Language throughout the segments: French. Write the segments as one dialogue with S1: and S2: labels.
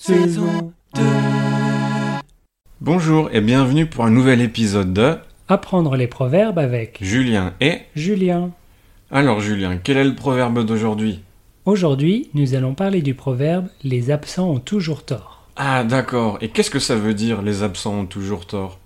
S1: saison 2.
S2: Bonjour et bienvenue pour un nouvel épisode de
S1: Apprendre les proverbes avec
S2: Julien et...
S1: Julien.
S2: Alors Julien, quel est le proverbe d'aujourd'hui
S1: Aujourd'hui, nous allons parler du proverbe Les absents ont toujours tort.
S2: Ah d'accord, et qu'est-ce que ça veut dire les absents ont toujours tort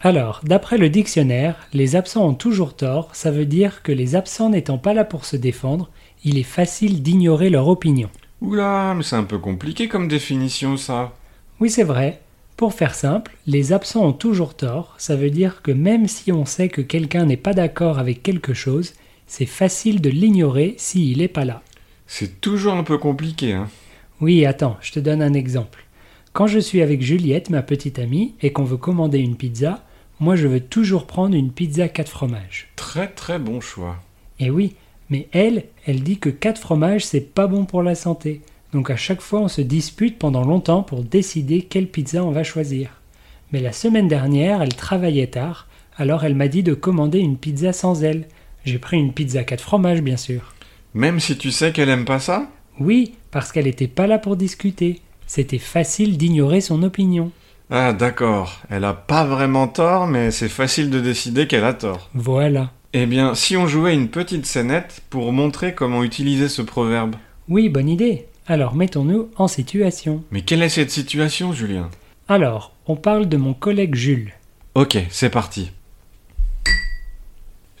S1: Alors, d'après le dictionnaire, les absents ont toujours tort, ça veut dire que les absents n'étant pas là pour se défendre, il est facile d'ignorer leur opinion.
S2: Oula, mais c'est un peu compliqué comme définition ça.
S1: Oui, c'est vrai. Pour faire simple, les absents ont toujours tort, ça veut dire que même si on sait que quelqu'un n'est pas d'accord avec quelque chose, c'est facile de l'ignorer s'il n'est pas là.
S2: C'est toujours un peu compliqué, hein.
S1: Oui, attends, je te donne un exemple. Quand je suis avec Juliette, ma petite amie, et qu'on veut commander une pizza, moi je veux toujours prendre une pizza 4 fromages.
S2: Très très bon choix.
S1: Eh oui, mais elle, elle dit que 4 fromages c'est pas bon pour la santé. Donc à chaque fois on se dispute pendant longtemps pour décider quelle pizza on va choisir. Mais la semaine dernière, elle travaillait tard, alors elle m'a dit de commander une pizza sans elle. J'ai pris une pizza 4 fromages bien sûr.
S2: Même si tu sais qu'elle aime pas ça
S1: Oui, parce qu'elle n'était pas là pour discuter. C'était facile d'ignorer son opinion.
S2: Ah d'accord, elle a pas vraiment tort, mais c'est facile de décider qu'elle a tort.
S1: Voilà.
S2: Eh bien, si on jouait une petite scénette pour montrer comment utiliser ce proverbe.
S1: Oui, bonne idée. Alors mettons-nous en situation.
S2: Mais quelle est cette situation, Julien
S1: Alors, on parle de mon collègue Jules.
S2: Ok, c'est parti.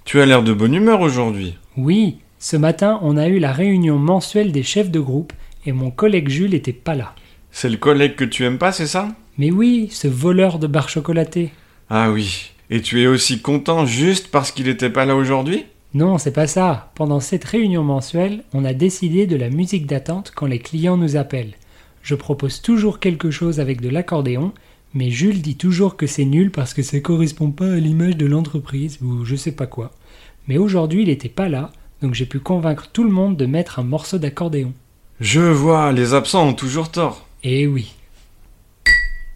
S2: Tu as l'air de bonne humeur aujourd'hui.
S1: Oui, ce matin on a eu la réunion mensuelle des chefs de groupe et mon collègue Jules n'était pas là.
S2: C'est le collègue que tu aimes pas, c'est ça
S1: Mais oui, ce voleur de barres chocolatées.
S2: Ah oui. Et tu es aussi content juste parce qu'il n'était pas là aujourd'hui
S1: Non, c'est pas ça. Pendant cette réunion mensuelle, on a décidé de la musique d'attente quand les clients nous appellent. Je propose toujours quelque chose avec de l'accordéon, mais Jules dit toujours que c'est nul parce que ça correspond pas à l'image de l'entreprise ou je sais pas quoi. Mais aujourd'hui, il n'était pas là, donc j'ai pu convaincre tout le monde de mettre un morceau d'accordéon.
S2: Je vois, les absents ont toujours tort.
S1: Eh oui.